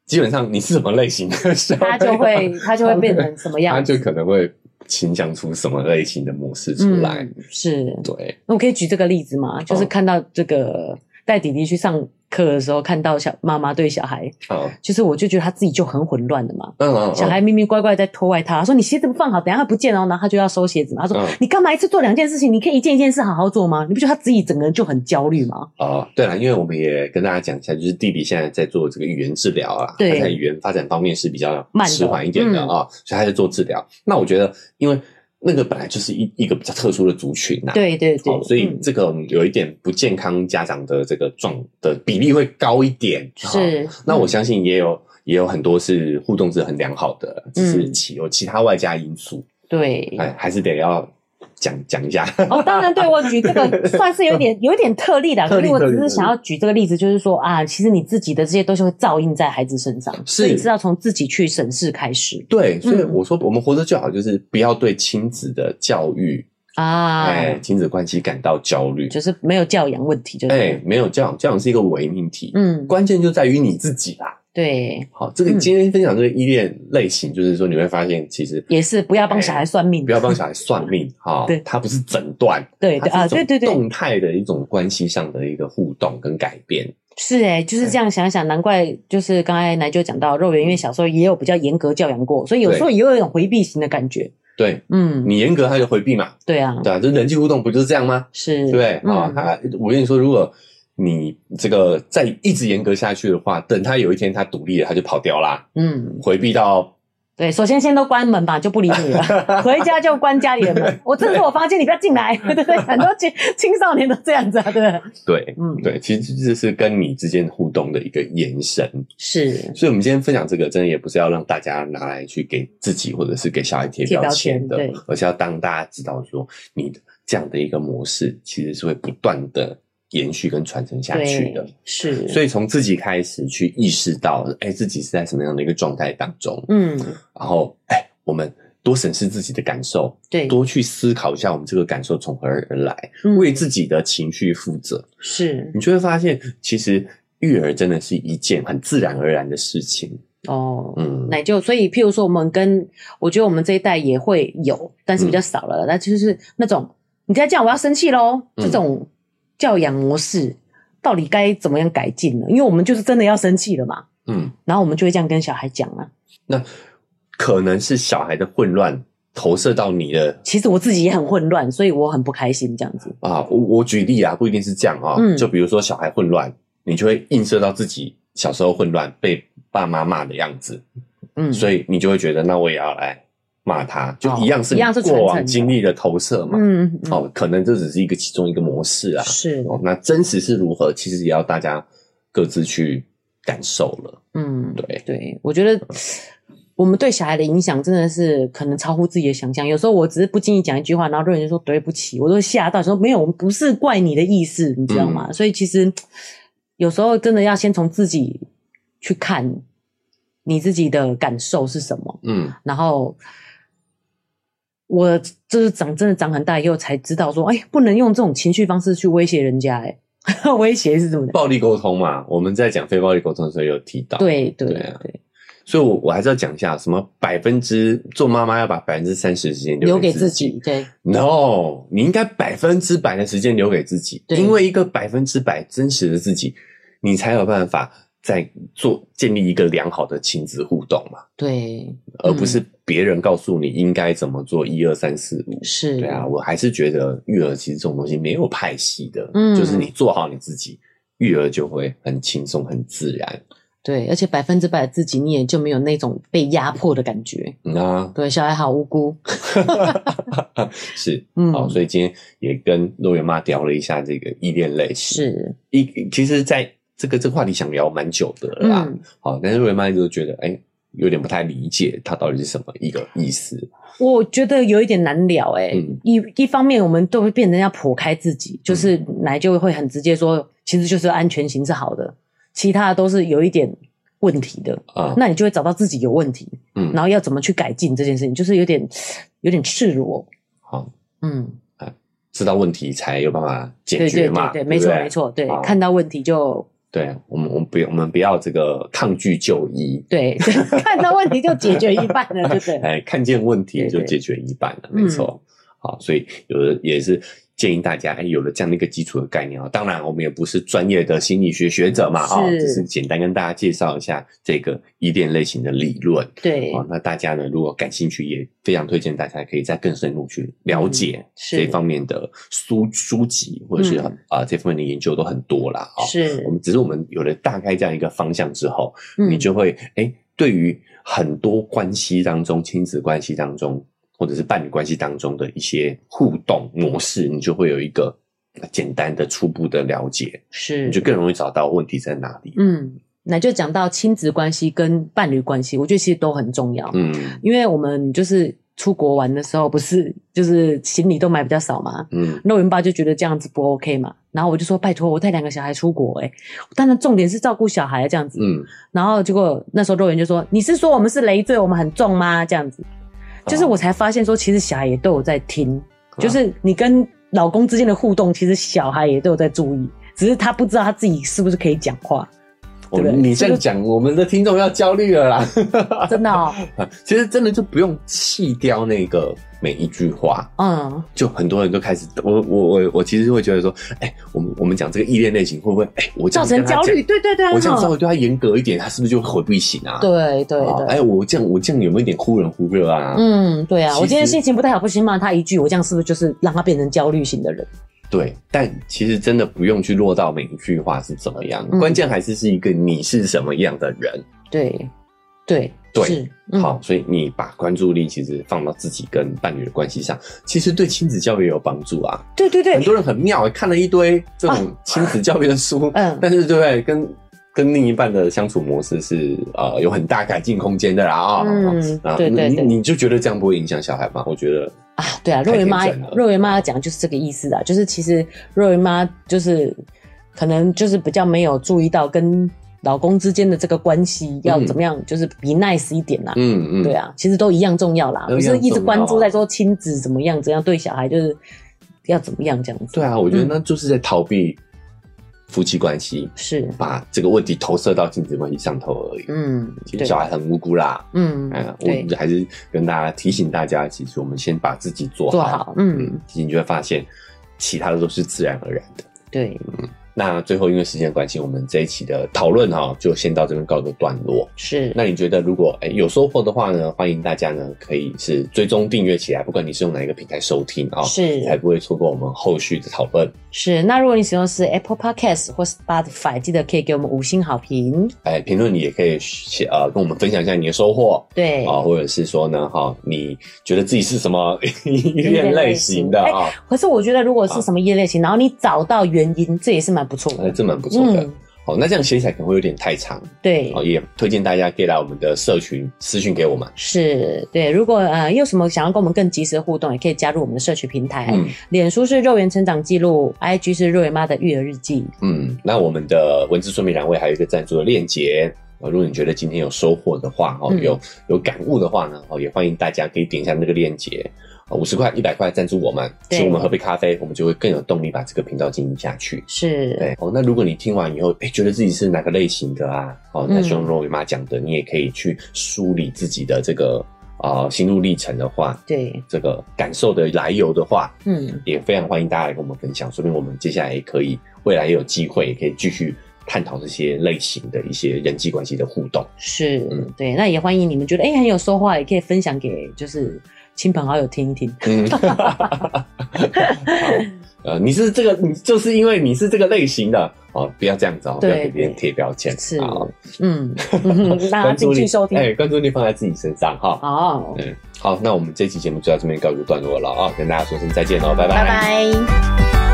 基本上你是什么类型的小朋友，
他就 会他就会变成什么样
他
子
就可能会倾向出什么类型的模式出来。
嗯，是。
对，哦
那我可以举这个例子吗？就是看到这个带弟弟去上课的时候，看到小妈妈对小孩，
好，
就是我就觉得他自己就很混乱的嘛。
嗯嗯，嗯
小孩明明乖乖在脱外套，他说你鞋子不放好，等一下他不见哦，然后他就要收鞋子嘛。他说、
嗯
你干嘛一次做两件事情？你可以一件一件事好好做吗？你不觉得他自己整个人就很焦虑吗？
哦，对了，因为我们也跟大家讲一下，就是弟弟现在在做这个语言治疗啊，
对
他在语言发展方面是比较
慢的
迟缓一点的啊、所以他在做治疗。那我觉得，因为那个本来就是一一个比较特殊的族群呐、
对对对，
哦，所以
嗯
这个有一点不健康家长的这个状的比例会高一点。哦
是嗯
那我相信也有也有很多是互动是很良好的，只是
嗯
其有其他外加因素，
对。
哎，还是得要讲讲一下。
哦，当然对我举这个算是有点有点特例的，
特
可
例
是我只
特
是
例
想要举这个例子，就是说啊，其实你自己的这些东西会照应在孩子身上，
是
所以是要从自己去审视开始
对，所以
嗯
我说我们活着就好，就是不要对亲子的教育，
啊，
哎、亲子关系感到焦虑。
就是没有教养问题，就是、
哎、没有教养，教养是一个伪命题，
嗯，
关键就在于你自己啦。
对，
好，这个
嗯
今天分享这个依恋类型，就是说你会发现，其实
也是不要帮小孩算命，
不要帮小孩算命哈，
对
它不是诊断，
对对
它
啊，
是一
对对
种
对，
动态的一种关系上的一个互动跟改变。
是哎、就是这样想一想，难怪就是刚才奶就讲到肉圆，因为小时候也有比较严格教养过，所以有时候也有一种回避型的感觉。
对
嗯，
你严格，他就回避嘛，
对啊，
对啊，这人际互动不就是这样吗？
是，
对不对啊？
嗯
他我跟你说，如果你这个再一直严格下去的话，等他有一天他独立了，他就跑掉啦，
嗯，
回避到
对，首先先都关门 吧，就不理你了，回家就关家里的门。我这是我房间，你不要进 来，对不对？很多青青少年都这样子啊，对不对？
对
嗯，，
对，其实这是跟你之间互动的一个延伸。
是
所以，我们今天分享这个，真的也不是要让大家拿来去给自己或者是给小孩贴
贴标
标签
签
的
对，
而是要当大家知道说，你的这样的一个模式其实是会不断的延续跟传承下去
对
的。，
是，
所
以
以，从自己开始去意识到，哎，自己是在什么样的一个状态当中，
嗯，
然后，哎，我们多审视自己的感受，
对，
多去思考一下我们这个感受从何而来，
嗯
为自己的情绪负责。
是
你就会发现，其实育儿真的是一件很自然而然的事情。
哦，
嗯，
奶就，所以譬如说，我们跟我觉得我们这一代也会有，但是比较少了。那、就是那种你再这样，我要生气喽，
嗯
这种教养模式到底该怎么样改进呢？因为我们就是真的要生气了嘛，
嗯，
然后我们就会这样跟小孩讲啊。
那可能是小孩的混乱投射到你的
其实我自己也很混乱，所以我很不开心这样子。
啊。我我举例啊，不一定是这样啊、
嗯
就比如说小孩混乱，你就会映射到自己小时候混乱被爸妈骂的样子，
嗯，
所以你就会觉得，那我也要来骂他，就
哦
一样是
一样是
过
传承
往
的
经历的投射嘛。
嗯，嗯
哦，可能这只是一个其中一个模式啊。
是，
哦，那真实是如何，其实也要大家各自去感受了。
嗯，
对，
对，我觉得我们对小孩的影响真的是可能超乎自己的想象。有时候我只是不经意讲一句话，然后瑞人就说对不起，我都吓到，说没有，我们不是怪你的意思，你知道
嗯
吗？所以其实有时候真的要先从自己去看你自己的感受是什么，
嗯，
然后。我就是长真的长很大以后才知道说，哎，不能用这种情绪方式去威胁人家，哎， 威胁是怎么的？
暴力沟通嘛，我们在讲非暴力沟通的时候有提到，，
对对
对啊
对，
所以我我还是要讲一下，什么百分之做妈妈要把百分之三十的时间
留
给
给自己，对，
，no，你应该百分之百的时间留给自己，
对
因为一个百分之百真实的自己，你才有办法在做建立一个良好的亲子互动嘛，
对，
而不是别人告诉你应该怎么做，一二三四五。
是，
对啊，，我还是觉得育儿其实这种东西没有派系的，
嗯
就是你做好你自己，育儿就会很轻松、很自然。
对，而且百分之百自己，你也就没有那种被压迫的感觉。
嗯啊，
对，小孩好无辜。
是，
嗯
好，所以今天也跟肉圆妈聊了一下这个依恋类型，
是，
一其实在这个这个话题想聊蛮久的了啦，
嗯，
好，但是肉圆妈一直都觉得，哎、有点不太理解它到底是什么一个意思，
我觉得有一点难聊哎、
嗯
一一方面，我们都会变成要剖开自己，就是奶就会很直接说，其实就是安全型是好的，其他的都是有一点问题的。
啊
那你就会找到自己有问题，
嗯
然后要怎么去改进这件事情，就是有点有点赤裸。
好，
嗯，
知道问题才有办法解
对对
决
对
嘛，
对，
不
没错没错，对
好，
看到问题就
对我们，我们不要，我们不要这个抗拒就医，
对， 看到问题就解决一半了，对不对？
哎，看见问题
对
就
对嗯
解决一半了，没错。好，所以有的也是建议大家，哎，有了这样的一个基础的概念啊。当然，我们也不是专业的心理学学者嘛，啊，
是
只是简单跟大家介绍一下这个依恋类型的理论。
对，
哦，那大家呢，如果感兴趣，也非常推荐大家可以再更深入去了解
嗯是
这方面的书书籍，或者是啊
嗯、
这方面的研究都很多啦。哦，
是
我，们只是我们有了大概这样一个方向之后，你
嗯，
就会哎、诶对于很多关系当中，亲子关系当中，或者是伴侣关系当中的一些互动模式，你就会有一个简单的初步的了解，
是
你就更容易找到问题在哪里。
嗯，那就讲到亲子关系跟伴侣关系，我觉得其实都很重要。
嗯
因为我们就是出国玩的时候，不是就是行李都买比较少嘛，
嗯，
那我爸就觉得这样子不 OK 嘛，然后我就说拜托，我带两个小孩出国、欸，当然重点是照顾小孩啊这样子，
嗯，
然后结果那时候肉圆就说：“你是说我们是累赘，我们很重吗？”这样子，
哦
就是我才发现说，其实小孩也都有在听，就是你跟老公之间的互动，其实小孩也都有在注意，只是他不知道他自己是不是可以讲话，
我
对不对
你这样讲，我们的听众要焦虑了啦。
真的、哦，
其实真的就不用弃掉那个每一句话，
嗯，
就很多人都开始，我我我我其实会觉得说，哎、我们我们讲这个依恋类型会不会，哎、我这
造
样
成
跟他
焦
讲
虑，对对对，
我这样稍
哦
微对他严格一点，他是不是就回避型啊？
对对
啊
对，
哎，我这样我这样有没有一点忽冷忽热啊？，
嗯，对啊，
其实
我今天心情不太好，不行骂他一句，我这样是不是就是让他变成焦虑型的人？
对，但其实真的不用去落到每一句话是怎么样，
嗯
关键还是是一个你是什么样的人。
对，对，
对
是，嗯
好，，所以你把关注力其实放到自己跟伴侣的关系上，其实对亲子教育也有帮助啊。
对对
很
对，
多人很妙、欸看了一堆这种亲子教育的书，
嗯
但是对不对？跟跟另一半的相处模式是呃有很大改进空间的啦啊、
嗯
啊，
对对对
你你就觉得这样不会影响小孩吗？我觉得
啊，对啊，
太
肉圆妈
天真了，
肉圆妈要讲就是这个意思啊，就是其实肉圆妈就是可能就是比较没有注意到跟老公之间的这个关系要
嗯
怎么样，就是比 nice 一点啦。
嗯嗯，
对啊，其实都一样重要啦，
都
不
一样
是一直
重
关注
要啊
在说亲子怎么样，怎样对小孩就是要怎么样这样子。
对啊，我觉得那就是在逃避夫妻关系，
是，
把这个问题投射到亲子关系上头而已。
嗯，
其实
对，
小孩很无辜啦，
嗯
嗯，，
对，
我还是跟大家提醒大家，其实我们先把自己做好，
做好，嗯，，
其实你就会发现，其他的都是自然而然的。
对，
那最后因为时间关系，我们这一期的讨论哈，就先到这边告一个段落。
是，
那你觉得如果哎、有收获的话呢，欢迎大家呢可以是追踪订阅起来，不管你是用哪一个平台收听啊、
是
才不会错过我们后续的讨论。
是，那如果你使用的是 Apple Podcast 或 Spotify，记得可以给我们五星好评。
哎，评论你也可以写呃跟我们分享一下你的收获
对，
啊、或者是说呢哈、你觉得自己是什么 依恋类型
哎
的啊？
可是我觉得如果是什么业类型，然后你找到原因，这也是蛮不错
哎，
的。
这蛮不错的。
嗯
好，那这样写起来可能会有点太长，
对
哦，，也推荐大家可以来我们的社群私讯给我们。
是，对。如果呃有什么想要跟我们更及时的互动，也可以加入我们的社区平台，
嗯
脸书是肉圆成长记录，IG 是肉圆妈的育儿日记。
嗯，那我们的文字说明栏位还有一个赞助的链接。哦如果你觉得今天有收获的话，哦，
嗯
有有感悟的话呢，哦，也欢迎大家可以点一下那个链接，哦五十块、一百块赞助我们，
对
请我们喝杯咖啡，我们就会更有动力把这个频道经营下去。
是，
对，哦，那如果你听完以后，哎、觉得自己是哪个类型的啊？哦，那
嗯
就像若雨妈讲的，你也可以去梳理自己的这个啊、呃心路历程的话，
对，
这个感受的来由的话，
嗯，
也非常欢迎大家来跟我们分享，说明我们接下来也可以，未来也有机会，也可以继续探讨这些类型的一些人际关系的互动。
是
嗯，
对。那也欢迎你们觉得哎很有收获，也可以分享给就是亲朋好友听一听。
嗯，呃，你是这个，你就是因为你是这个类型的哦，不要这样子哦，不要
对
给别人贴标签，
是
好，
嗯，让他
关注
进去
力
收听。哦
哎，关注力放在自己身上哈。
好，
嗯，哦好，那我们这期节目就到这边告一个段落了啊，跟大家说声再见喽，拜
拜拜。